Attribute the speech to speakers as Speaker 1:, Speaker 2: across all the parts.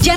Speaker 1: Ya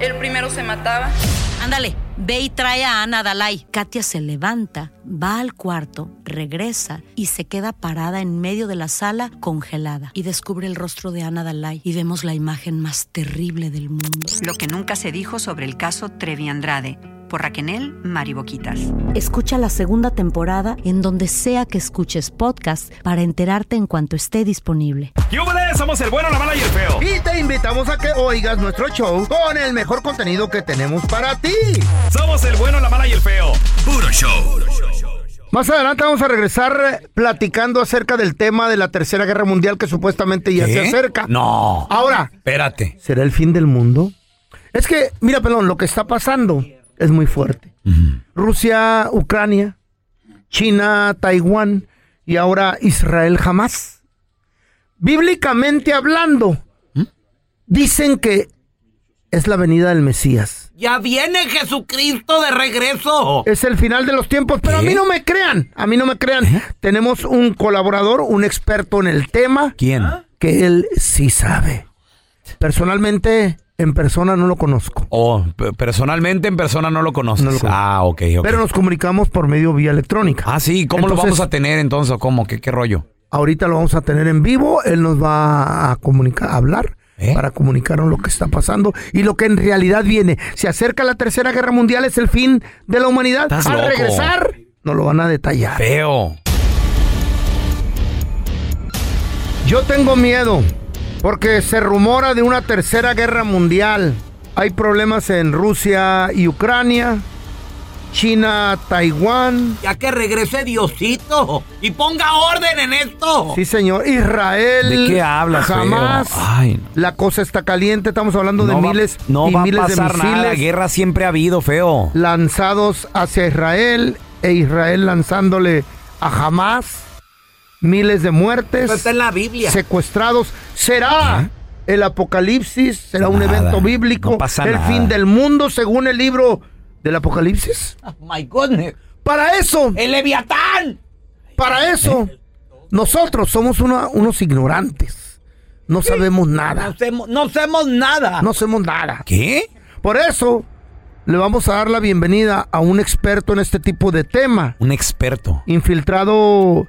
Speaker 2: él primero se mataba.
Speaker 3: Ándale, ve y trae a Ana Dalai.
Speaker 4: Katia se levanta, va al cuarto, regresa y se queda parada en medio de la sala congelada. Y descubre el rostro de Ana Dalai y vemos la imagen más terrible del mundo.
Speaker 5: Lo que nunca se dijo sobre el caso Trevi Andrade, por Raquel Mariboquitas.
Speaker 4: Escucha la segunda temporada en donde sea que escuches podcast para enterarte en cuanto esté disponible.
Speaker 6: ¡Yúbales! Somos el bueno, la mala y el feo.
Speaker 7: Y te invitamos a que oigas nuestro show con el mejor contenido que tenemos para ti.
Speaker 6: Somos el bueno, la mala y el feo. Puro show. Puro show.
Speaker 7: Más adelante vamos a regresar platicando acerca del tema de la Tercera Guerra Mundial que supuestamente ya
Speaker 8: ¿Qué?
Speaker 7: se acerca.
Speaker 8: No.
Speaker 7: Ahora,
Speaker 8: Espérate.
Speaker 7: ¿será el fin del mundo? Es que, mira, pelón, lo que está pasando es muy fuerte. Rusia, Ucrania, China, Taiwán y ahora Israel jamás. Bíblicamente hablando, dicen que es la venida del Mesías.
Speaker 9: Ya viene Jesucristo de regreso.
Speaker 7: Es el final de los tiempos, pero a mí no me crean, a mí no me crean. Tenemos un colaborador, un experto en el tema.
Speaker 8: ¿Quién?
Speaker 7: Que él sí sabe. Personalmente, en persona no lo conozco.
Speaker 8: Oh, pe- personalmente en persona no lo conoces. Ah, ok, ok.
Speaker 7: Pero nos comunicamos por medio vía electrónica.
Speaker 8: Ah, sí, ¿cómo lo vamos a tener entonces? o ¿Cómo? ¿Qué, qué rollo?
Speaker 7: Ahorita lo vamos a tener en vivo. Él nos va a comunicar, a hablar
Speaker 8: ¿Eh?
Speaker 7: para comunicarnos lo que está pasando y lo que en realidad viene. Se acerca la tercera guerra mundial, es el fin de la humanidad.
Speaker 8: Estás
Speaker 7: Al
Speaker 8: loco.
Speaker 7: regresar, nos lo van a detallar.
Speaker 8: Feo.
Speaker 7: Yo tengo miedo porque se rumora de una tercera guerra mundial. Hay problemas en Rusia y Ucrania, China, Taiwán.
Speaker 9: Ya que regrese Diosito y ponga orden en esto.
Speaker 7: Sí, señor. Israel.
Speaker 8: ¿De qué hablas, feo?
Speaker 7: Jamás.
Speaker 8: Ay, no.
Speaker 7: La cosa está caliente. Estamos hablando de
Speaker 8: No va-
Speaker 7: miles
Speaker 8: no
Speaker 7: y
Speaker 8: va a
Speaker 7: miles
Speaker 8: pasar
Speaker 7: de
Speaker 8: nada.
Speaker 7: misiles
Speaker 8: Guerra siempre ha habido, feo.
Speaker 7: lanzados hacia Israel e Israel lanzándole a Hamas. Miles de muertes.
Speaker 9: Eso está en la Biblia.
Speaker 7: Secuestrados. ¿Será el apocalipsis? ¿Será un
Speaker 8: ¿Eh? Nada.
Speaker 7: evento bíblico?
Speaker 8: No pasa
Speaker 7: ¿El
Speaker 8: nada.
Speaker 7: fin del mundo según el libro del apocalipsis?
Speaker 9: Oh, my goodness.
Speaker 7: Para eso,
Speaker 9: El Leviatán.
Speaker 7: para eso, nosotros somos una- unos ignorantes. No sabemos
Speaker 9: No
Speaker 7: nada.
Speaker 9: hacemos, no hacemos nada.
Speaker 7: No hacemos nada.
Speaker 8: ¿Qué?
Speaker 7: Por eso le vamos a dar la bienvenida a un experto en este tipo de tema,
Speaker 8: Un experto.
Speaker 7: infiltrado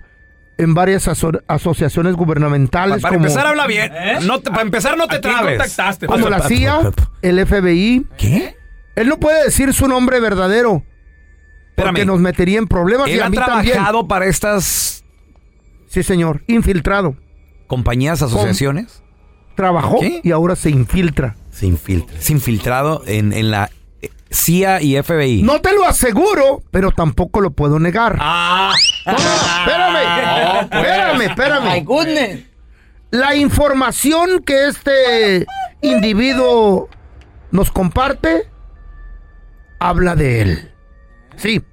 Speaker 7: en varias aso- asociaciones gubernamentales
Speaker 8: Para
Speaker 7: como,
Speaker 8: empezar, habla bien. No te- para empezar, no te trabes. Pues,
Speaker 7: como la CIA, el FBI.
Speaker 8: ¿Qué?
Speaker 7: Él no puede decir su nombre verdadero porque
Speaker 8: Espérame.
Speaker 7: nos metería en problemas y
Speaker 8: Él
Speaker 7: a
Speaker 8: ha
Speaker 7: mí también.
Speaker 8: trabajado para estas
Speaker 7: Sí, señor, infiltrado.
Speaker 8: compañías, asociaciones.
Speaker 7: Trabajó
Speaker 8: ¿Qué?
Speaker 7: y ahora se infiltra.
Speaker 8: Se infiltra. Se infiltrado en, en la eh, CIA y FBI.
Speaker 7: No te lo aseguro, pero tampoco lo puedo negar.
Speaker 8: Ah, pues.
Speaker 7: No, no, espérame, espérame, espérame.
Speaker 9: My goodness.
Speaker 7: la información que este individuo nos comparte habla de él. Sí,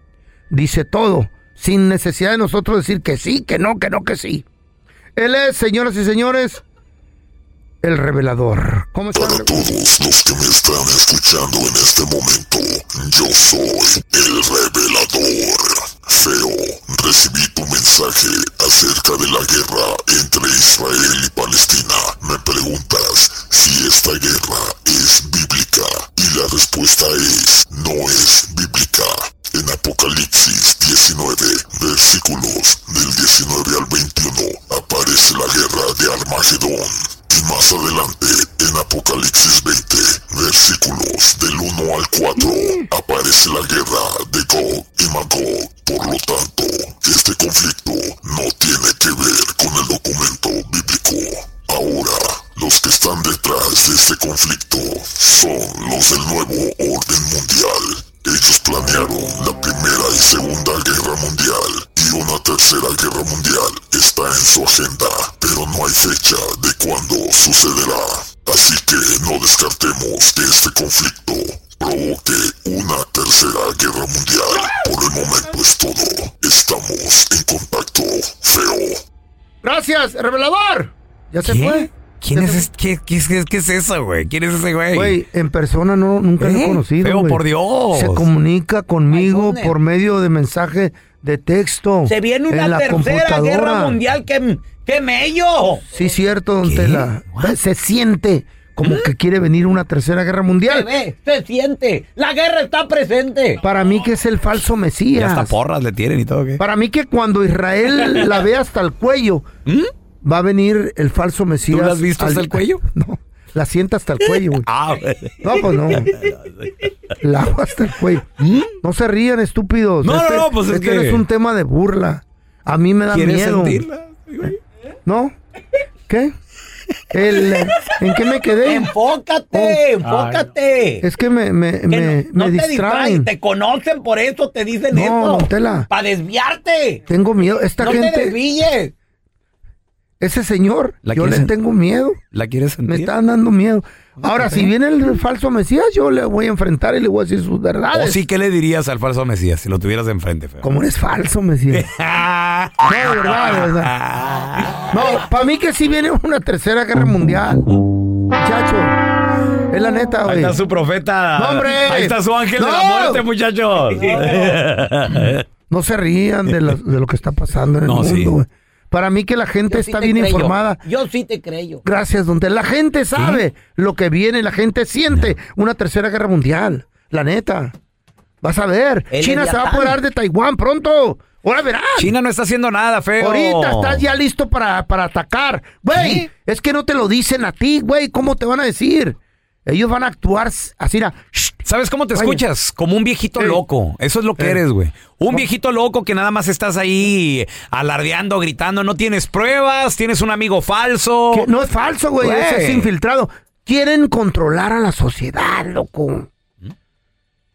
Speaker 7: dice todo, sin necesidad de nosotros decir que sí, que no, que no, que sí. Él es, señoras y señores, el revelador. ¿Cómo están?
Speaker 10: Para todos los que me están escuchando en este momento, yo soy el revelador. Feo, recibí tu mensaje acerca de la guerra entre Israel y Palestina. Me preguntas si esta guerra es bíblica y la respuesta es no es bíblica. En Apocalipsis 19, versículos del 19 al 21, aparece la guerra de Armagedón. Y más adelante, en Apocalipsis 20, versículos del 1 al 4, aparece la guerra de Gog y Magog. Por lo tanto, este conflicto no tiene que ver con el documento bíblico. Ahora, los que están detrás de este conflicto son los del nuevo orden mundial. Ellos planearon la Primera y Segunda Guerra Mundial y una Tercera Guerra Mundial está en su agenda, pero no hay fecha de cuándo sucederá. Así que no descartemos que este conflicto provoque una Tercera Guerra Mundial. Por el momento es todo. Estamos en contacto, feo.
Speaker 7: Gracias, revelador. Ya se
Speaker 8: ¿Quién?
Speaker 7: fue.
Speaker 8: ¿Quién
Speaker 7: Ya
Speaker 8: es este?
Speaker 7: se-
Speaker 8: es- qué, qué es- qué es- qué es eso, güey? ¿Quién es ese güey?
Speaker 7: Güey, en persona no, nunca lo
Speaker 8: ¿Eh?
Speaker 7: he conocido.
Speaker 8: Feo,
Speaker 7: güey.
Speaker 8: por Dios.
Speaker 7: Se comunica conmigo
Speaker 9: Ay, ¿dónde?
Speaker 7: por medio de mensaje de texto.
Speaker 9: Se viene
Speaker 7: en
Speaker 9: una
Speaker 7: la
Speaker 9: tercera guerra
Speaker 7: computadora.
Speaker 9: mundial que, que mello.
Speaker 7: Sí, cierto, don Tela. Se siente como que quiere venir una tercera guerra
Speaker 9: Se
Speaker 7: mundial.
Speaker 9: ve, se siente. La guerra está presente.
Speaker 7: Para mí que es el falso
Speaker 8: Y
Speaker 7: Mesías.
Speaker 8: hasta porras le tienen y todo, ¿qué?
Speaker 7: Para mí que cuando Israel la ve hasta el cuello, va a venir el falso Mesías.
Speaker 8: ¿Mm? la has visto hasta el cuello?
Speaker 7: No, la sienta hasta el cuello. güey. No, pues no. La hago hasta el cuello. No se rían, estúpidos.
Speaker 8: No, no, no, pues es
Speaker 7: este
Speaker 8: que-
Speaker 7: es un tema de burla. A mí me da
Speaker 8: ¿Quieres
Speaker 7: miedo.
Speaker 8: sentirla?
Speaker 7: ¿No? ¿Qué? El- eh, ¿En qué me quedé?
Speaker 9: Em, Enfócate, enfócate.
Speaker 7: Es que me, me,
Speaker 9: Que
Speaker 7: me-
Speaker 9: no
Speaker 7: me
Speaker 9: te
Speaker 7: distraen.
Speaker 9: distraen, te conocen por eso, te dicen
Speaker 7: No,
Speaker 9: eso.
Speaker 7: don Tela.
Speaker 9: Para desviarte.
Speaker 7: Tengo miedo. Esta
Speaker 9: no te
Speaker 7: gente,
Speaker 9: desvíes.
Speaker 7: ese señor,
Speaker 8: ¿La
Speaker 7: yo
Speaker 8: quieres
Speaker 7: le
Speaker 8: sen-
Speaker 7: tengo miedo.
Speaker 8: ¿La quieres
Speaker 7: Me
Speaker 8: sentir?
Speaker 7: están dando miedo. Ahora, si viene el falso Mesías, yo le voy a enfrentar y le voy a decir sus
Speaker 8: ¿O
Speaker 7: verdades.
Speaker 8: Oh, sí qué le dirías al falso Mesías si lo tuvieras enfrente, feo?
Speaker 7: Como eres falso, Mesías. no, de verdad, de verdad. No, para mí que sí viene una tercera guerra mundial. Muchacho, es la neta,
Speaker 8: Ahí
Speaker 7: güey.
Speaker 8: está su profeta.
Speaker 7: ¡No, hombre!
Speaker 8: Ahí está su ángel de la
Speaker 7: ¡No!
Speaker 8: muerte, muchachos.
Speaker 7: No se rían de, las- de lo que está pasando en el
Speaker 8: No,
Speaker 7: mundo,
Speaker 8: sí.
Speaker 7: güey. Para mí que la gente
Speaker 9: Yo sí
Speaker 7: está
Speaker 9: te
Speaker 7: bien
Speaker 9: creo.
Speaker 7: informada.
Speaker 9: Yo sí te creo.
Speaker 7: Gracias, donde la gente sabe lo que viene, la gente siente una tercera guerra mundial. La neta. Vas a ver.
Speaker 8: El
Speaker 7: China se va a
Speaker 8: Leviatán.
Speaker 7: apoderar de Taiwán pronto. Ahora verás.
Speaker 8: China no está haciendo nada, feo.
Speaker 7: Ahorita estás ya listo para, para atacar. Güey, es que no te lo dicen a ti, güey. ¿Cómo te van a decir? Ellos van a actuar s- así, mira, shh,
Speaker 8: ¿Sabes cómo te
Speaker 7: Vaya.
Speaker 8: escuchas? Como un viejito
Speaker 7: Ey.
Speaker 8: loco. Eso es lo que
Speaker 7: Ey.
Speaker 8: eres, güey. Un viejito loco que nada más estás ahí alardeando, gritando, no tienes pruebas, tienes un amigo falso.
Speaker 7: que no es falso, güey.
Speaker 8: Oh, Güey.
Speaker 7: Ese es infiltrado. Quieren controlar a la sociedad, loco.
Speaker 8: ¿Mm?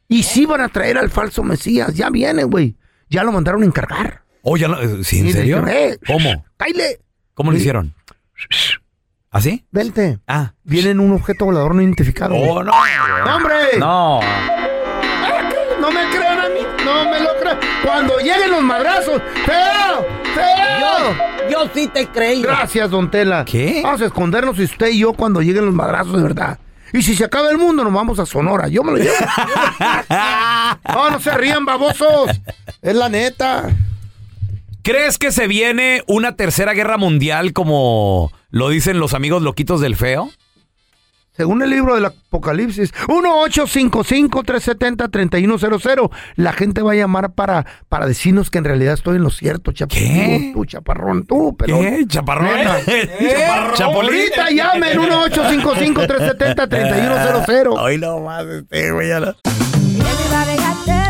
Speaker 7: Y sí van a traer al falso Mesías. Ya viene, güey. Ya lo mandaron a encargar.
Speaker 8: Oh, ya lo- eh, ¿sí, ¿En
Speaker 7: Y le
Speaker 8: serio?
Speaker 7: dijeron, "Eh,
Speaker 8: ¿Cómo?
Speaker 7: ¡Cáile!
Speaker 8: ¿Cómo lo
Speaker 7: Sí.
Speaker 8: hicieron? ¿Así?
Speaker 7: Vente.
Speaker 8: Ah.
Speaker 7: Viene en un objeto volador no identificado. güey.
Speaker 8: Oh, no.
Speaker 7: ¡No, hombre!
Speaker 8: No.
Speaker 7: No me crean a mí, no me lo crean. Cuando lleguen los madrazos, feo, feo.
Speaker 9: Yo sí te creo.
Speaker 7: Gracias, don Tela.
Speaker 8: ¿Qué?
Speaker 7: Vamos a escondernos y usted y yo cuando lleguen los madrazos, de verdad. Y si se acaba el mundo, nos vamos a Sonora. Yo me lo llevo. no, no se rían, babosos. Es la neta.
Speaker 8: ¿Crees que se viene una tercera guerra mundial como lo dicen los amigos loquitos del feo?
Speaker 7: Según el libro del Apocalipsis, 1-855-370-3100, la gente va a llamar para, para decirnos que en realidad estoy en lo cierto, chaparrón.
Speaker 8: ¿Qué?
Speaker 7: Tú, chaparrón, tú, pero...
Speaker 8: ¿Qué? ¿Chaparrón?
Speaker 7: Nena.
Speaker 8: ¿Eh? ¿Chapulín?
Speaker 7: Ahorita llamen 1-855-370-3100.
Speaker 8: Hoy lo más, este, güey, ya lo-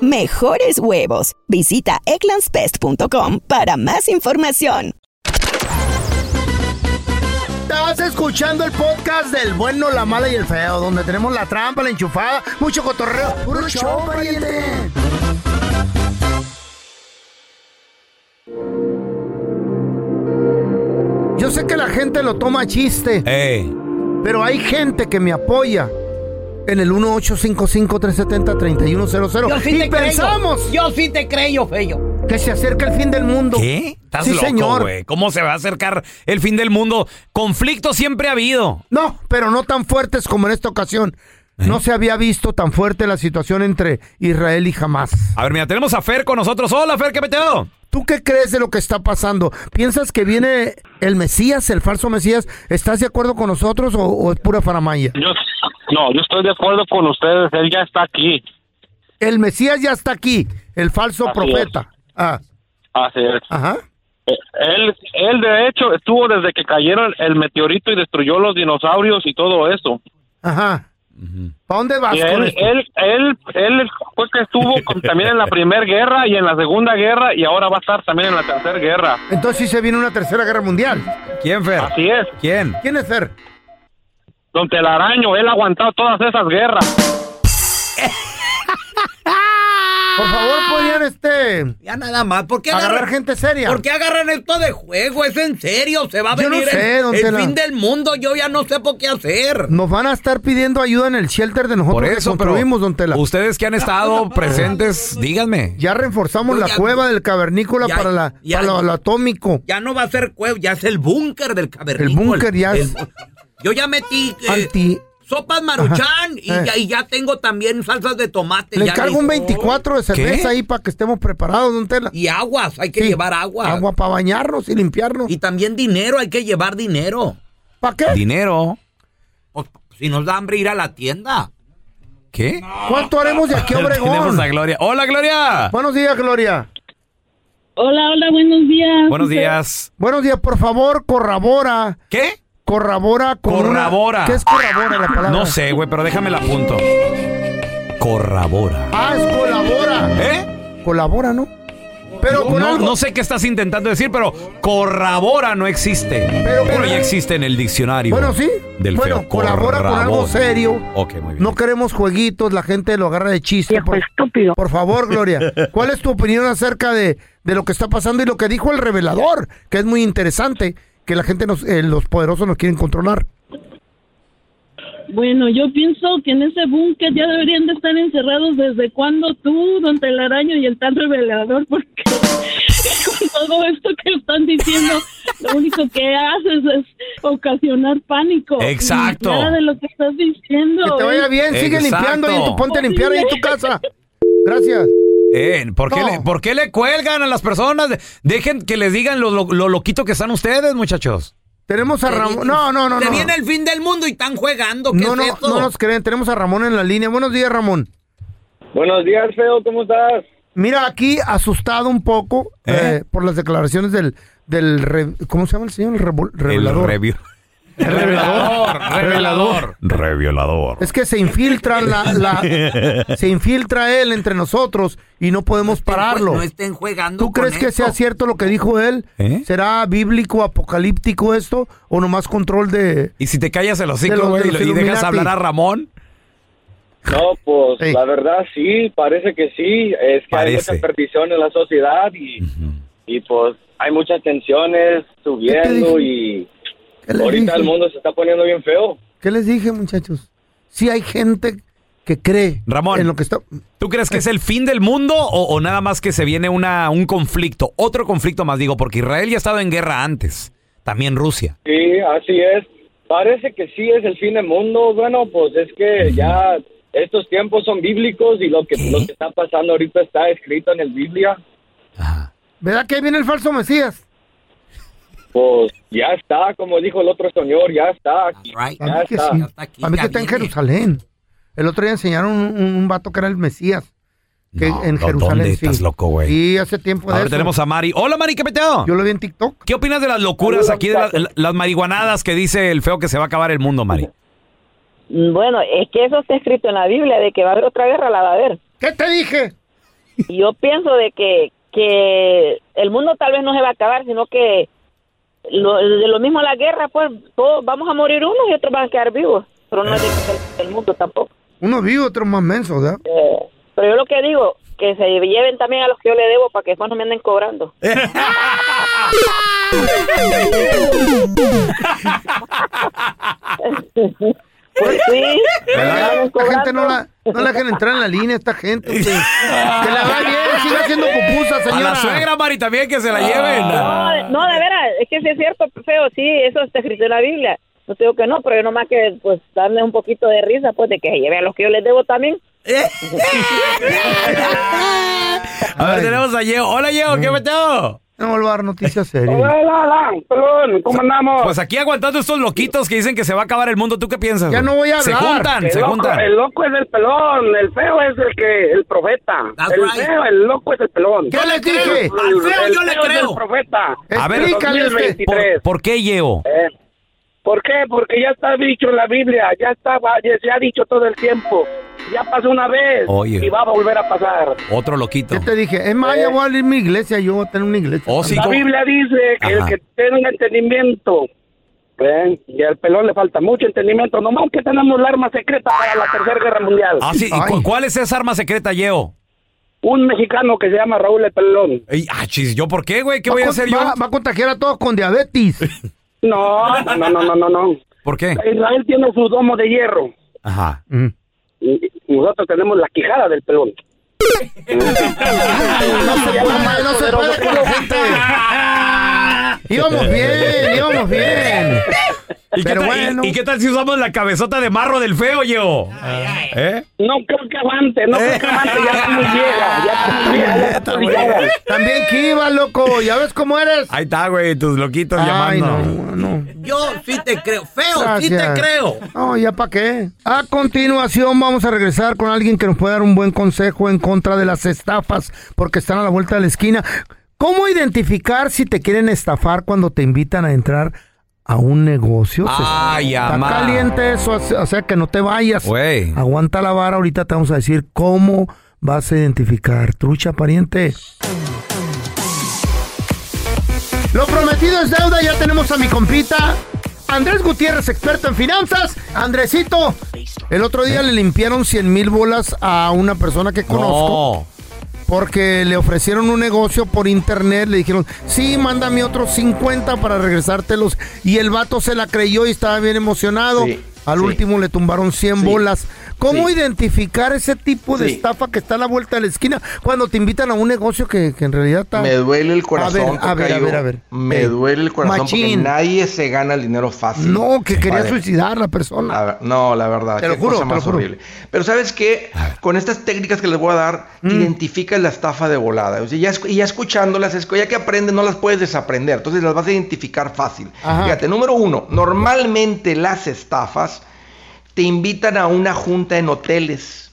Speaker 1: Mejores huevos. Visita egglandsbest.com para más información.
Speaker 7: Estás escuchando el podcast del bueno, la mala y el feo, donde tenemos la trampa, la enchufada, mucho cotorreo. ¡Puro show, pariente! Yo sé que la gente lo toma a chiste, pero hay gente que me apoya en el 1855-370-3100.
Speaker 11: Yo sí
Speaker 7: y
Speaker 11: te
Speaker 7: pensamos
Speaker 11: creo. Yo sí te creo, feo.
Speaker 7: que se acerca el fin del mundo.
Speaker 8: ¿Qué? Estás
Speaker 7: sí,
Speaker 8: loco,
Speaker 7: señor.
Speaker 8: güey. ¿Cómo se va a acercar el fin del mundo? Conflicto siempre ha habido.
Speaker 7: No, pero no tan fuertes como en esta ocasión. No se había visto tan fuerte la situación entre Israel y Hamas.
Speaker 8: A ver, mira, tenemos a Fer con nosotros. Hola, Fer, ¿qué peteo?
Speaker 7: ¿Tú qué crees de lo que está pasando? ¿Piensas que viene el Mesías, el falso Mesías? ¿Estás de acuerdo con nosotros o, o es pura faramaya?
Speaker 12: Yo, no, yo estoy de acuerdo con ustedes. Él ya está aquí.
Speaker 7: El Mesías ya está aquí, el falso
Speaker 12: Así
Speaker 7: profeta. Ah,
Speaker 12: Así es.
Speaker 7: Ajá.
Speaker 12: Eh, Él, él, de hecho, estuvo desde que cayeron el meteorito y destruyó los dinosaurios y todo eso.
Speaker 7: ajá. ¿Para dónde vas
Speaker 12: Y
Speaker 7: con
Speaker 12: él,
Speaker 7: esto?
Speaker 12: él, él, él fue que estuvo con- también en la primera guerra y en la segunda guerra y ahora va a estar también en la tercera guerra.
Speaker 7: Entonces sí se viene una tercera guerra mundial.
Speaker 8: ¿Quién, Fer?
Speaker 12: Así es.
Speaker 8: ¿Quién?
Speaker 7: ¿Quién es Fer?
Speaker 12: Don Telaraño, él ha aguantado todas esas guerras.
Speaker 7: Por favor, podrían este.
Speaker 11: Ya nada más. ¿Por qué
Speaker 7: Agarrar gente seria.
Speaker 11: ¿Por qué agarran esto de juego? Es en serio. Se va a
Speaker 7: Yo no
Speaker 11: venir
Speaker 7: sé,
Speaker 11: el-
Speaker 7: don
Speaker 11: el,
Speaker 7: Tela.
Speaker 11: fin del mundo. Yo ya no sé por qué hacer.
Speaker 7: Nos van a estar pidiendo ayuda en el shelter de nosotros
Speaker 8: Por
Speaker 7: que
Speaker 8: eso, pero
Speaker 7: construimos, don Tela.
Speaker 8: ustedes que han estado presentes, díganme.
Speaker 7: Ya reforzamos la cueva del cavernícola
Speaker 8: ya-
Speaker 7: para, la,
Speaker 8: ya-
Speaker 7: para lo, lo atómico.
Speaker 11: Ya no va a ser cueva. Ya es el búnker del
Speaker 7: El
Speaker 11: cavernícola.
Speaker 7: búnker ya
Speaker 11: El-
Speaker 7: es
Speaker 11: Yo ya metí eh,
Speaker 7: anti.
Speaker 11: sopas maruchan
Speaker 7: Ajá.
Speaker 11: y,
Speaker 7: Eh.
Speaker 11: ya, y ya tengo también salsas de tomate.
Speaker 7: Le
Speaker 11: ya
Speaker 7: encargo un
Speaker 11: listo.
Speaker 7: 24 de cerveza ahí para que estemos preparados, don Tela.
Speaker 11: Y aguas, hay que
Speaker 7: Sí,
Speaker 11: llevar agua.
Speaker 7: Agua para bañarnos y limpiarnos.
Speaker 11: Y también dinero, hay que llevar dinero. Pues,
Speaker 7: ¿Para qué?
Speaker 8: Dinero.
Speaker 11: Si nos da hambre ir a la tienda.
Speaker 8: ¿Qué?
Speaker 7: ¿Cuánto haremos de aquí a
Speaker 8: Tenemos
Speaker 7: Obregón?
Speaker 8: a Gloria. Hola, Gloria.
Speaker 7: Buenos días, Gloria.
Speaker 4: Hola, hola, buenos días.
Speaker 8: Buenos días.
Speaker 7: Buenos días, por favor, corrobora.
Speaker 8: ¿Qué?
Speaker 7: Corrobora con una-
Speaker 8: Corrobora.
Speaker 7: ¿Qué es corrobora la palabra?
Speaker 8: No sé, güey, pero déjame la apunto. Corrobora.
Speaker 7: Ah, es colabora. ¿Eh? Colabora, ¿no? Pero con
Speaker 8: No,
Speaker 7: algo.
Speaker 8: no sé qué estás intentando decir, pero corrobora no existe. Pero, ya existe en el diccionario.
Speaker 7: Bueno, sí.
Speaker 8: Del
Speaker 7: Bueno,
Speaker 8: feo.
Speaker 7: colabora con algo
Speaker 8: Corrobora.
Speaker 7: serio.
Speaker 8: Ok, muy bien.
Speaker 7: No queremos jueguitos, la gente lo agarra de chiste. por, estúpido. Por favor, Gloria, ¿cuál es tu opinión acerca de, de lo que está pasando y lo que dijo el revelador? Que es muy interesante, que la gente, nos, eh, los poderosos nos quieren controlar.
Speaker 4: Bueno, yo pienso que en ese búnker ya deberían de estar encerrados desde cuando tú, don Telaraño y el tal revelador, porque con todo esto que están diciendo, lo único que haces es ocasionar pánico.
Speaker 8: Exacto.
Speaker 4: Y Nada de lo que estás diciendo.
Speaker 7: Que te vaya
Speaker 4: es
Speaker 7: bien, sigue
Speaker 8: Exacto.
Speaker 7: limpiando ahí en tu, ponte a limpiar ahí en tu casa. Gracias.
Speaker 8: Eh, ¿por, qué
Speaker 7: No.
Speaker 8: le, por qué le cuelgan a las personas? Dejen que les digan lo, lo, lo loquito que están ustedes, muchachos.
Speaker 7: Tenemos a Ramón. No, no, no,
Speaker 11: Se
Speaker 7: no.
Speaker 11: viene el fin del mundo y están jugando. ¿Qué
Speaker 7: No,
Speaker 11: es
Speaker 7: no,
Speaker 11: esto?
Speaker 7: no nos creen. Tenemos a Ramón en la línea. Buenos días, Ramón.
Speaker 13: Buenos días, Feo, ¿cómo estás?
Speaker 7: Mira, aquí asustado un poco eh, por las declaraciones del, del re- ¿cómo se llama el señor? El revol- revelador.
Speaker 8: El revio-
Speaker 7: revelador.
Speaker 8: revelador. Reviolador.
Speaker 7: Es que se infiltra la, la- se infiltra él entre nosotros y no podemos pararlo.
Speaker 11: Pues No estén jugando.
Speaker 7: ¿Tú
Speaker 11: con
Speaker 7: crees que
Speaker 11: esto. ¿Eh?
Speaker 7: sea cierto lo que dijo él? ¿Será bíblico, apocalíptico esto o nomás control de
Speaker 8: Y si te callas el hocico,
Speaker 7: De los-
Speaker 8: güey,
Speaker 7: de
Speaker 8: y,
Speaker 7: los
Speaker 8: lo- y dejas
Speaker 7: Illuminati.
Speaker 8: hablar a Ramón.
Speaker 13: No, pues la verdad sí, parece que sí. Es que
Speaker 8: Parece.
Speaker 13: hay mucha perdición en la sociedad y, y, pues hay muchas tensiones subiendo y
Speaker 7: le
Speaker 13: ahorita
Speaker 7: dije?
Speaker 13: el mundo se está poniendo bien feo.
Speaker 7: ¿Qué les dije, muchachos? Sí hay gente que cree
Speaker 8: Ramón,
Speaker 7: en lo que está.
Speaker 8: ¿Tú crees que es el fin del mundo o, o nada más que se viene una, un conflicto? Otro conflicto más, digo, porque Israel ya ha estado en guerra antes. También Rusia.
Speaker 14: Sí,
Speaker 4: ¿eh?
Speaker 14: así es. Parece que sí es el fin del mundo. Bueno, pues es que ya estos tiempos son bíblicos y lo que, lo que está pasando ahorita está escrito en el Biblia.
Speaker 7: ¿Verdad que ahí viene el falso Mesías?
Speaker 14: Pues ya está, como dijo el otro señor, ya está. aquí,
Speaker 7: Para
Speaker 14: Ya
Speaker 7: mí que
Speaker 14: está.
Speaker 7: sí. Para mí que está en Jerusalén. El otro día enseñaron un, un vato que era el Mesías. Que en
Speaker 8: ¿dó-
Speaker 7: Jerusalén
Speaker 8: dónde
Speaker 7: sí.
Speaker 8: estás loco, güey?
Speaker 7: Sí, hace tiempo de
Speaker 8: Ahora
Speaker 7: eso.
Speaker 8: tenemos a Mari. Hola, Mari, ¿qué peteo?
Speaker 7: Yo lo vi en TikTok.
Speaker 8: ¿Qué opinas de las locuras aquí, de la- la- las marihuanadas que dice el feo que se va a acabar el mundo, Mari?
Speaker 12: Bueno, es que eso está escrito en la Biblia, de que va a haber otra guerra, la va a haber.
Speaker 7: ¿Qué te dije?
Speaker 12: Yo pienso de que, que el mundo tal vez no se va a acabar, sino que lo, de lo mismo la guerra, pues todos vamos a morir unos y otros van a quedar vivos, pero no es de que sea el mundo tampoco.
Speaker 7: Uno vivo, otro más menso, ¿verdad?
Speaker 12: Eh, pero yo lo que digo, que se lleven también a los que yo le debo para que después no me anden cobrando. Pues sí.
Speaker 7: La gente no la, no la dejan entrar en la línea, esta gente. hombre. que la va bien, sigue haciendo pupusas,
Speaker 8: A
Speaker 7: señora. Ah.
Speaker 8: la suegra, Mari, también que se la lleven.
Speaker 12: No, no, de veras, es que sí es cierto, feo, sí, eso está escrito en la Biblia. No te digo que no, pero yo nomás que pues darle un poquito de risa, pues de que se lleve a los que yo les debo también.
Speaker 8: A ver, tenemos a Yeo. Hola, Yeo,
Speaker 7: Mm.
Speaker 8: ¿qué peteo?
Speaker 7: No vuelvo a dar noticias serias.
Speaker 8: ¿cómo andamos? Pues aquí aguantando estos loquitos que dicen que se va a acabar el mundo. ¿Tú qué piensas?
Speaker 7: Ya
Speaker 8: güey?
Speaker 7: no voy a
Speaker 8: Se
Speaker 7: hablar.
Speaker 8: juntan,
Speaker 7: El
Speaker 8: se
Speaker 7: loco-
Speaker 8: juntan.
Speaker 7: el
Speaker 14: loco es el pelón, el feo es el que, el profeta.
Speaker 8: That's
Speaker 14: el
Speaker 8: right.
Speaker 14: feo, el loco es el pelón.
Speaker 7: ¿Qué le dije?
Speaker 14: El-
Speaker 7: Al feo
Speaker 14: el
Speaker 7: yo le
Speaker 14: feo es
Speaker 7: creo.
Speaker 14: el profeta.
Speaker 8: A ver,
Speaker 7: este.
Speaker 8: ¿por,
Speaker 14: 2023.
Speaker 8: por qué Yeo?
Speaker 14: Eh, ¿Por qué? Porque ya está dicho en la Biblia, ya está, ya se ha dicho todo el tiempo. Ya pasó una vez
Speaker 8: Oye.
Speaker 14: y va a volver a pasar.
Speaker 8: Otro loquito.
Speaker 7: Te dije, es más, ya voy a abrir mi iglesia, yo voy a tener una iglesia.
Speaker 8: Oh,
Speaker 14: la Biblia dice que
Speaker 7: Ajá.
Speaker 14: el que tenga entendimiento, ¿ven? y al pelón le falta mucho entendimiento, nomás que tenemos la arma secreta para la Tercera Guerra Mundial.
Speaker 8: Ah, sí, ¿y cu- ¿Cuál es esa arma secreta, Yeo?
Speaker 14: Un mexicano que se llama Raúl el Pelón.
Speaker 8: Ey, ah, chis, ¿yo por qué, güey? ¿Qué voy a
Speaker 7: con-
Speaker 8: hacer yo?
Speaker 7: Va, va a contagiar a todos con diabetes.
Speaker 14: No, no, no, no, no, no.
Speaker 8: ¿Por qué?
Speaker 14: Israel tiene su domo de hierro.
Speaker 8: Ajá.
Speaker 14: Y y nosotros tenemos la quijada del pelón.
Speaker 7: No se puede, no se puede con la gente. Íbamos bien, íbamos bien.
Speaker 8: ¿Y,
Speaker 7: Pero
Speaker 8: qué tal, y-
Speaker 7: bueno.
Speaker 8: y, qué tal si usamos la cabezota de marro del feo, Yeo? ¿Eh?
Speaker 14: No creo que avante, no creo que avante, ya está muy vieja, ya está muy vieja, ya está muy vieja.
Speaker 7: Eh. También que iba, loco. Ya ves cómo eres.
Speaker 8: Ahí está, güey, tus loquitos llamando.
Speaker 9: Yo sí te creo, feo, sí te
Speaker 7: Gracias.
Speaker 9: creo.
Speaker 7: No, ya para qué. A continuación vamos a regresar con alguien que nos puede dar un buen consejo en contra de las estafas, porque están a la vuelta de la esquina. ¿Cómo identificar si te quieren estafar cuando te invitan a entrar a un negocio? Se-
Speaker 8: Ay,
Speaker 7: está
Speaker 8: amá.
Speaker 7: caliente eso, así- o sea que no te vayas.
Speaker 8: Güey.
Speaker 7: Aguanta la vara, ahorita te vamos a decir cómo vas a identificar. Trucha, pariente. Lo prometido es deuda, ya tenemos a mi compita. Andrés Gutiérrez, experto en finanzas. Andresito, el otro día le limpiaron 100 mil bolas a una persona que conozco. Porque le ofrecieron un negocio por internet, le dijeron, sí, mándame otros 50 para regresártelos. Y el vato se la creyó y estaba bien emocionado.
Speaker 15: Sí,
Speaker 7: Al
Speaker 15: sí.
Speaker 7: último le tumbaron 100
Speaker 15: Sí,
Speaker 7: bolas. ¿Cómo
Speaker 15: sí.
Speaker 7: identificar ese tipo de
Speaker 15: Sí.
Speaker 7: estafa que está a la vuelta de la esquina cuando te invitan a un negocio que, que en realidad está...
Speaker 15: Me duele el corazón.
Speaker 7: A ver, a ver, a
Speaker 15: tocayo.
Speaker 7: ver, a ver.
Speaker 15: Me
Speaker 7: Ey.
Speaker 15: duele el corazón porque
Speaker 7: Machín.
Speaker 15: nadie se gana el dinero fácil.
Speaker 7: No, que quería
Speaker 15: Vale.
Speaker 7: suicidar la persona.
Speaker 15: La ver- no, la verdad.
Speaker 7: Te lo
Speaker 15: qué
Speaker 7: juro,
Speaker 15: cosa
Speaker 7: te lo
Speaker 15: más
Speaker 7: juro.
Speaker 15: horrible. Pero ¿sabes qué? Con estas técnicas que les voy a dar,
Speaker 8: Mm.
Speaker 15: identificas la estafa de volada. O sea, ya, esc- y ya escuchándolas, es- ya que aprendes, no las puedes desaprender. Entonces las vas a identificar fácil.
Speaker 16: Ajá.
Speaker 15: Fíjate, número uno, normalmente las estafas te invitan a una junta en hoteles.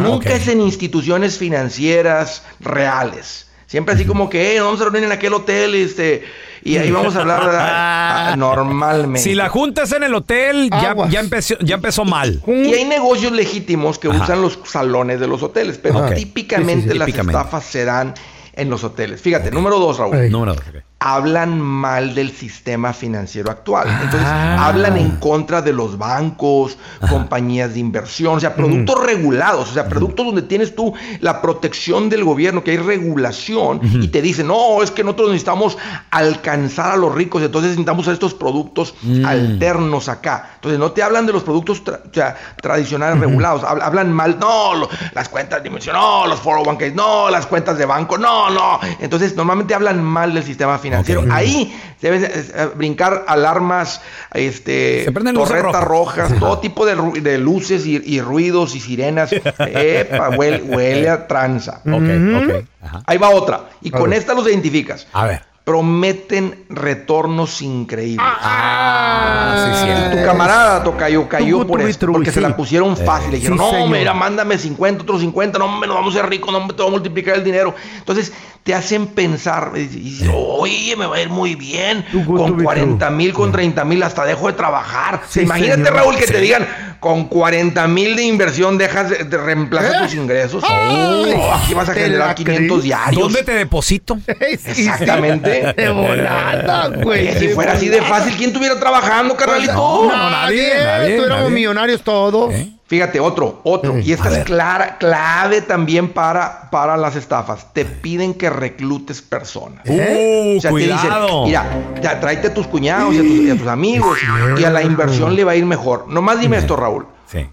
Speaker 15: Nunca es en instituciones financieras reales. Siempre así como que, "Eh, nos vamos a reunir en aquel hotel este, y ahí vamos a hablar ah, normalmente.
Speaker 8: Mm. Si la junta es en el hotel, ya, ya, empezó, ya empezó mal.
Speaker 15: Y hay negocios legítimos que
Speaker 8: Ajá.
Speaker 15: usan los salones de los hoteles, pero
Speaker 8: Ok.
Speaker 15: típicamente
Speaker 8: Sí, sí, sí.
Speaker 15: las
Speaker 8: Típicamente.
Speaker 15: estafas se dan en los hoteles. Fíjate, número dos, Raúl.
Speaker 8: Número dos. ok.
Speaker 7: hablan mal del sistema financiero actual. Entonces, hablan en contra de los bancos, compañías de inversión, o sea, productos regulados, o sea, productos donde tienes tú la protección del gobierno, que hay regulación, y te dicen, no, es que nosotros necesitamos alcanzar a los ricos, entonces necesitamos estos productos alternos acá. Entonces, no te hablan de los productos tra- o sea, tradicionales regulados, Hab- hablan mal, no, lo- las cuentas de inversión, no, los 401k, no, las cuentas de banco, no, no. Entonces, normalmente hablan mal del sistema financiero.
Speaker 17: Ok.
Speaker 7: Ahí se deben eh, brincar alarmas, este,
Speaker 17: Se prenden luces
Speaker 7: torretas
Speaker 17: rojas.
Speaker 7: rojas, todo tipo de, ru- de luces y, y ruidos y sirenas. Epa, huele, huele a tranza.
Speaker 17: Ok,
Speaker 7: Ahí va otra. Y
Speaker 17: A
Speaker 7: con
Speaker 17: ver.
Speaker 7: esta los identificas.
Speaker 17: A ver.
Speaker 7: Prometen retornos increíbles.
Speaker 17: Ah, sí,
Speaker 7: Y
Speaker 17: cierto.
Speaker 7: tu camarada tocayo cayó
Speaker 17: Tucu,
Speaker 7: por
Speaker 17: tubi,
Speaker 7: eso,
Speaker 17: trubi,
Speaker 7: porque
Speaker 17: sí.
Speaker 7: se la pusieron fácil. Le dijeron,
Speaker 17: Sí,
Speaker 7: no,
Speaker 17: señor.
Speaker 7: mira, mándame 50, otros 50, no, hombre, nos vamos a ser ricos, no, hombre, te voy a multiplicar el dinero. Entonces, te hacen pensar, y dices, oye, me va a ir muy bien, con 40 mil, con 30 mil, hasta dejo de trabajar.
Speaker 17: Sí,
Speaker 7: Imagínate,
Speaker 17: señor.
Speaker 7: Raúl, que
Speaker 17: Sí.
Speaker 7: te digan, con 40 mil de inversión dejas, de- te reemplazas tus ingresos. Oh, aquí vas a
Speaker 17: ¿Eh? Te la
Speaker 7: generar 500
Speaker 17: creí.
Speaker 7: diarios.
Speaker 17: ¿Dónde
Speaker 8: te deposito?
Speaker 7: Exactamente.
Speaker 17: De volada, güey,
Speaker 7: Oye,
Speaker 17: de
Speaker 7: Si fuera así de fácil, ¿quién estuviera trabajando, carnalito?
Speaker 17: No, no, nadie, Nadie, nadie, estuviéramos nadie.
Speaker 7: millonarios todos. ¿Eh? Fíjate, otro, otro.
Speaker 17: Mm,
Speaker 7: Y esta es clara, clave también para, para las estafas. Te piden que reclutes personas.
Speaker 8: Uh,
Speaker 17: ¿Eh?
Speaker 7: O sea,
Speaker 17: cuidado.
Speaker 7: te dicen, mira, ya, tráete a tus cuñados y a tus, y a tus amigos y a la inversión le va a ir mejor. Nomás dime esto, Raúl.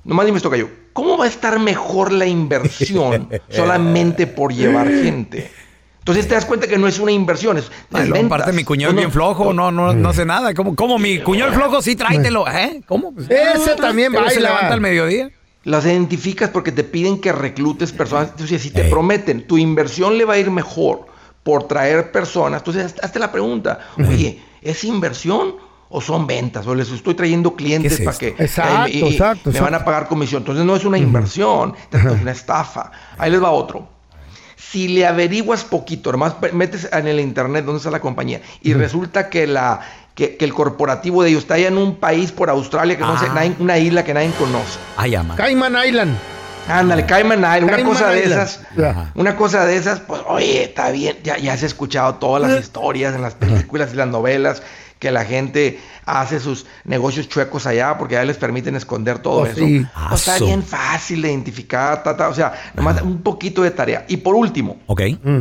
Speaker 7: Nomás dime esto, Cayo. ¿Cómo va a estar mejor la inversión solamente por llevar gente? Entonces te das cuenta que no es una inversión, es, es
Speaker 8: Aparte,
Speaker 7: ventas.
Speaker 8: mi cuñado es bien flojo, no, no, no hace nada. ¿Cómo, cómo mi cuñado es flojo? Sí, tráetelo. ¿Eh? ¿Cómo?
Speaker 7: Ese también
Speaker 8: Pero Se
Speaker 7: baila.
Speaker 8: levanta al mediodía.
Speaker 7: Las identificas porque te piden que reclutes personas. Entonces, si te prometen, tu inversión le va a ir mejor por traer personas. Entonces, haz- hazte la pregunta, oye, ¿es inversión o son ventas? O les estoy trayendo clientes
Speaker 17: ¿Qué es
Speaker 7: para
Speaker 17: esto?
Speaker 7: que
Speaker 17: Exacto,
Speaker 7: eh, y- y
Speaker 17: exacto,
Speaker 7: me van a
Speaker 17: exacto.
Speaker 7: pagar comisión. Entonces, no es una inversión, es una estafa. Ahí les va otro. Si le averiguas poquito, nomás pe- metes en el internet dónde está la compañía y resulta que la que, que el corporativo de ellos está allá en un país por Australia que no sé,
Speaker 17: Ah.
Speaker 7: nadie- una isla que nadie conoce.
Speaker 8: Ay, ama.
Speaker 7: Cayman Island. Ándale, Cayman Island, una
Speaker 17: Cayman
Speaker 7: cosa de
Speaker 17: Island.
Speaker 7: esas. Una cosa de esas, pues, oye, está bien, ya, ya has escuchado todas
Speaker 17: Eh.
Speaker 7: las historias en las películas y las novelas que la gente hace sus negocios chuecos allá porque allá les permiten esconder todo
Speaker 17: Oh,
Speaker 7: eso.
Speaker 17: sí.
Speaker 7: Pues, está
Speaker 17: Aso.
Speaker 7: bien fácil de identificar, ta, ta, o sea, nomás un poquito de tarea. Y por último,
Speaker 8: Ok.
Speaker 17: Mm.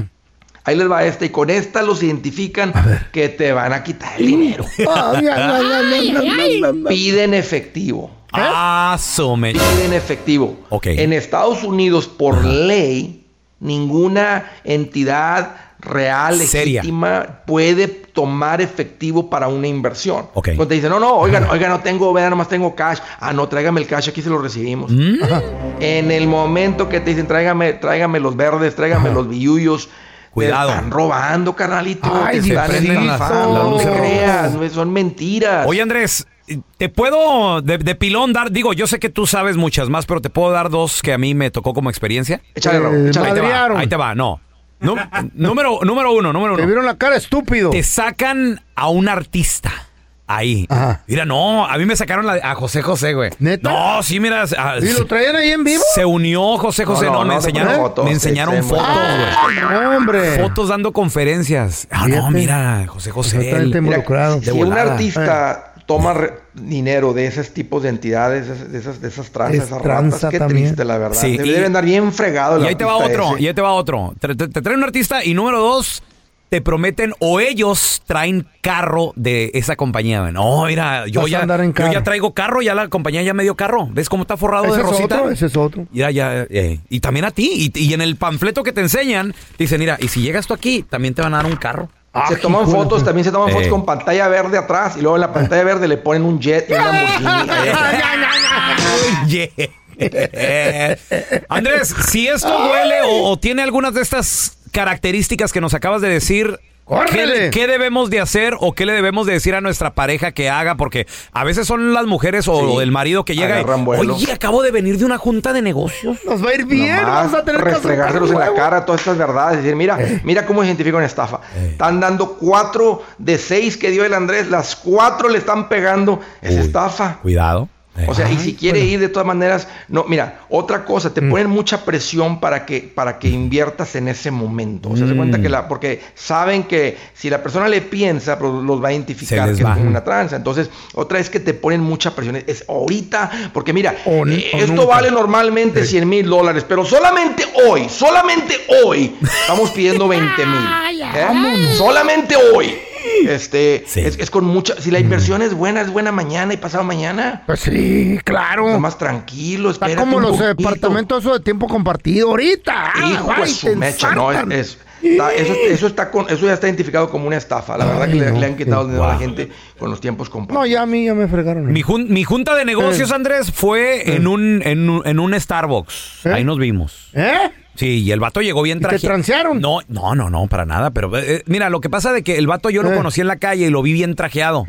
Speaker 7: ahí les va esta, y con esta los identifican que te van a quitar el dinero.
Speaker 17: Ay, ay, ay, ay, ay, ay.
Speaker 7: Piden efectivo.
Speaker 8: Asume.
Speaker 7: Piden efectivo.
Speaker 8: Ok.
Speaker 7: En Estados Unidos, por ley, ninguna entidad real,
Speaker 8: Seria.
Speaker 7: legítima, puede tomar efectivo para una inversión.
Speaker 8: Ok.
Speaker 7: Cuando te dicen, no, no, oiga, no, oiga, no tengo, vean, nomás tengo cash. Ah, no, tráigame el cash, aquí se lo recibimos.
Speaker 8: Mm.
Speaker 7: Ajá. En el momento que te dicen, tráigame, tráigame los verdes, tráigame los billullos.
Speaker 8: Cuidado.
Speaker 7: Te están robando, carnalito.
Speaker 8: Ay,
Speaker 7: te
Speaker 8: se
Speaker 7: están
Speaker 8: prenden las-
Speaker 7: estafando,
Speaker 8: las
Speaker 7: no te
Speaker 8: luces rojas.
Speaker 7: creas, no, son mentiras.
Speaker 8: Oye, Andrés, ¿te puedo de, de pilón dar? Digo, yo sé que tú sabes muchas más, pero ¿te puedo dar dos que a mí me tocó como experiencia?
Speaker 7: Échale, Raúl, Eh, échale.
Speaker 8: Ahí te va,
Speaker 7: madrearon.
Speaker 8: ahí te va, no. Nú- número, número uno, número uno. Te vieron la cara estúpido. Te sacan a un artista. Ahí. Mira, no, a mí me sacaron la- a José José, güey. ¿Neta? No, sí, mira. a-
Speaker 17: ¿Y lo traían ahí en vivo?
Speaker 8: Se unió José José, no,
Speaker 17: No, no,
Speaker 8: me
Speaker 17: no,
Speaker 8: enseñaron,
Speaker 17: no, fotos,
Speaker 8: me enseñaron
Speaker 17: se- se-
Speaker 8: fotos, güey.
Speaker 17: hombre.
Speaker 8: Fotos dando conferencias. Ah, no,
Speaker 17: Fíjate.
Speaker 8: mira, José José. él-
Speaker 7: Mira,
Speaker 8: de
Speaker 7: Si un
Speaker 8: volada. Ah,
Speaker 7: artista toma re- dinero de esos tipos de entidades, de esas, de esas, de esas tranzas,
Speaker 17: Es
Speaker 7: esas
Speaker 17: tranza
Speaker 7: ratas, pues, qué
Speaker 17: también.
Speaker 7: triste, la verdad.
Speaker 8: Sí,
Speaker 7: Debe-
Speaker 8: y-
Speaker 7: deben andar bien fregado. el
Speaker 8: Y ahí te va
Speaker 7: artista
Speaker 8: otro,
Speaker 7: ese.
Speaker 8: y ahí te va otro. Te, te- te traen un artista y número dos, te prometen o ellos traen carro de esa compañía. güey. No, mira, yo
Speaker 17: Vas a
Speaker 8: ya,
Speaker 17: andar en
Speaker 8: yo
Speaker 17: carro.
Speaker 8: ya traigo carro, ya la compañía ya me dio carro. ¿Ves cómo está forrado
Speaker 17: Ese
Speaker 8: de
Speaker 17: es
Speaker 8: rosita?
Speaker 17: otro, ese es otro.
Speaker 8: Ya, ya, eh, Y también a ti. Y, y en el panfleto que te enseñan, te dicen, mira, y si llegas tú aquí, también te van a dar un carro.
Speaker 7: Se toman fotos, también se toman
Speaker 8: Eh.
Speaker 7: fotos con pantalla verde atrás y luego en la pantalla verde le ponen un jet y una
Speaker 8: Lamborghini. Eh, Andrés, si esto duele o, o tiene algunas de estas características que nos acabas de decir, ¿qué,
Speaker 17: ¡Córrele!
Speaker 8: qué debemos de hacer o qué le debemos de decir a nuestra pareja que haga? Porque a veces son las mujeres o, el marido que llega y,
Speaker 17: agarran vuelo.
Speaker 8: oye, acabo de venir de una junta de negocios.
Speaker 7: Nos va a ir
Speaker 17: bien, vamos a tener que hacer
Speaker 7: restregárselos en la cara todas estas verdades. Decir, mira, mira cómo identifica una estafa.
Speaker 15: Eh.
Speaker 7: Están dando cuatro de seis que dio el Andrés, las cuatro le están pegando. Es estafa.
Speaker 8: Cuidado. Ah,
Speaker 15: O sea, y
Speaker 18: Ay,
Speaker 15: si quiere ir de todas maneras, no, mira, otra cosa, te ponen mucha presión para que, para que inviertas en ese momento. O sea, se cuenta
Speaker 18: Mm.
Speaker 15: que la, porque saben que si la persona le piensa, pues, los va a identificar
Speaker 18: les
Speaker 15: que
Speaker 18: va.
Speaker 15: es una tranza. Entonces, otra es que te ponen mucha presión. Es- Es ahorita, porque mira, eh, esto
Speaker 18: nunca.
Speaker 15: vale normalmente 100 mil dólares, pero solamente hoy, solamente hoy, estamos pidiendo 20 mil. ¿eh? Solamente hoy. Este, es, es con mucha. Si la inversión es buena, es buena mañana y pasado mañana.
Speaker 7: Pues sí, claro.
Speaker 15: Está más tranquilo,
Speaker 7: Está
Speaker 15: espérate
Speaker 7: como
Speaker 15: un
Speaker 7: los
Speaker 15: poquito.
Speaker 7: departamentos esos de tiempo compartido ahorita. Ah,
Speaker 15: Hijo de
Speaker 7: ay,
Speaker 15: su
Speaker 7: te
Speaker 15: mecha, no, es-
Speaker 7: ensartan.
Speaker 15: es- está- eso, eso está con, eso ya está identificado como una estafa. La verdad que le, le han quitado dinero a la gente con los tiempos compartidos.
Speaker 7: No, ya a mí ya me fregaron.
Speaker 8: Mi, jun- mi junta de negocios,
Speaker 7: Eh.
Speaker 8: Andrés, fue en, un, en, un- en un Starbucks. Ahí nos vimos.
Speaker 7: ¿Eh?
Speaker 8: Sí, y el vato llegó bien traje. ¿Te transearon? No, no, no, no, para nada. Pero eh, mira, lo que pasa de que el vato
Speaker 18: Eh.
Speaker 8: yo lo conocí en la calle y lo vi bien trajeado.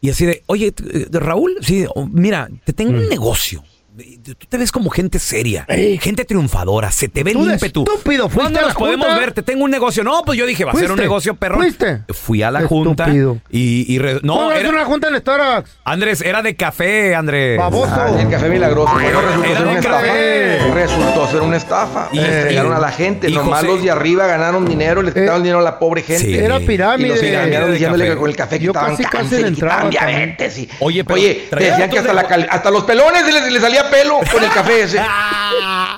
Speaker 8: Y así de, oye, t- eh, Raúl, sí, o- mira, te tengo
Speaker 18: Mm.
Speaker 8: un negocio. Eh, Tú te ves como gente seria, gente triunfadora, se te ve
Speaker 18: Tú
Speaker 8: el
Speaker 18: de
Speaker 8: ímpetu.
Speaker 18: estúpido, fuiste
Speaker 8: ¿Cuándo
Speaker 18: a la
Speaker 8: nos podemos
Speaker 18: junta?
Speaker 8: ver? Te tengo un negocio. No, pues yo dije, va a ser un
Speaker 18: ¿Fuiste?
Speaker 8: negocio, perro.
Speaker 18: ¿Fuiste?
Speaker 8: Fui a la
Speaker 7: Estúpido.
Speaker 8: junta y, y re- no,
Speaker 7: Pónganse
Speaker 8: era-
Speaker 7: una junta en Starbucks.
Speaker 8: Andrés, era de café, Andrés.
Speaker 7: Baboso. Ah,
Speaker 15: El café milagroso. Bueno, resultó
Speaker 8: Era
Speaker 15: ser
Speaker 8: de
Speaker 15: una estafa. Resultó ser una estafa.
Speaker 8: Y-
Speaker 15: Les
Speaker 8: y-
Speaker 15: pegaron Eh, a la gente.
Speaker 8: y
Speaker 15: Los
Speaker 8: José-
Speaker 15: malos de arriba ganaron dinero, les quitaron dinero a la pobre gente.
Speaker 8: Sí. Era
Speaker 15: Y
Speaker 8: pirámide.
Speaker 15: los engañaron
Speaker 8: Pirámide de
Speaker 15: diciéndole
Speaker 8: café.
Speaker 15: que con el café
Speaker 8: Yo
Speaker 15: quitaban
Speaker 8: casi, casi
Speaker 15: cáncer,
Speaker 8: le
Speaker 15: y quitaban
Speaker 8: entraba también.
Speaker 15: diabetes. y-
Speaker 8: Oye, pero
Speaker 15: Oye, te
Speaker 8: traía
Speaker 15: decían
Speaker 8: tú
Speaker 15: que hasta,
Speaker 8: de-
Speaker 15: la cal- hasta los pelones se les, les salía pelo con el café ese.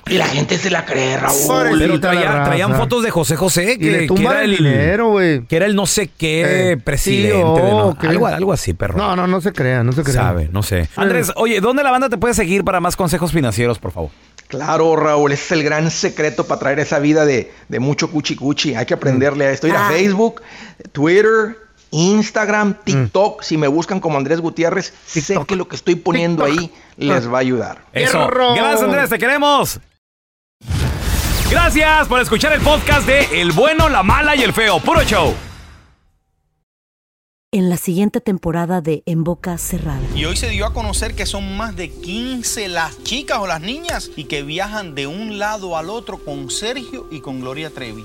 Speaker 15: y la gente se la cree, Raúl.
Speaker 8: Pero Ah. traía- traían fotos de José José
Speaker 15: Y le
Speaker 8: que, que
Speaker 15: tumban
Speaker 8: era
Speaker 15: el
Speaker 8: el
Speaker 7: dinero,
Speaker 8: que era el no sé qué
Speaker 7: Eh,
Speaker 8: presidente,
Speaker 7: sí, oh,
Speaker 8: ¿no?
Speaker 7: ¿qué?
Speaker 8: algo, algo así, perro.
Speaker 7: No, no, no se crean, no se crean.
Speaker 8: Sabe, no sé. Andrés, oye, ¿dónde la banda te puede seguir para más consejos financieros, por favor?
Speaker 15: Claro, Raúl, ese es el gran secreto para traer esa vida de, de mucho cuchi cuchi. Hay que aprenderle a esto. Ir a Facebook, Twitter, Instagram, TikTok. Si me buscan como Andrés Gutiérrez, sé que lo que estoy poniendo ahí les va a ayudar.
Speaker 8: Eso. Gracias, Andrés, te queremos. Gracias por escuchar el podcast de El bueno, la mala y el feo. Puro show.
Speaker 4: En la siguiente temporada de En Boca Cerrada.
Speaker 16: Y hoy se dio a conocer que son más de 15 las chicas o las niñas y que viajan de un lado al otro con Sergio y con Gloria Trevi.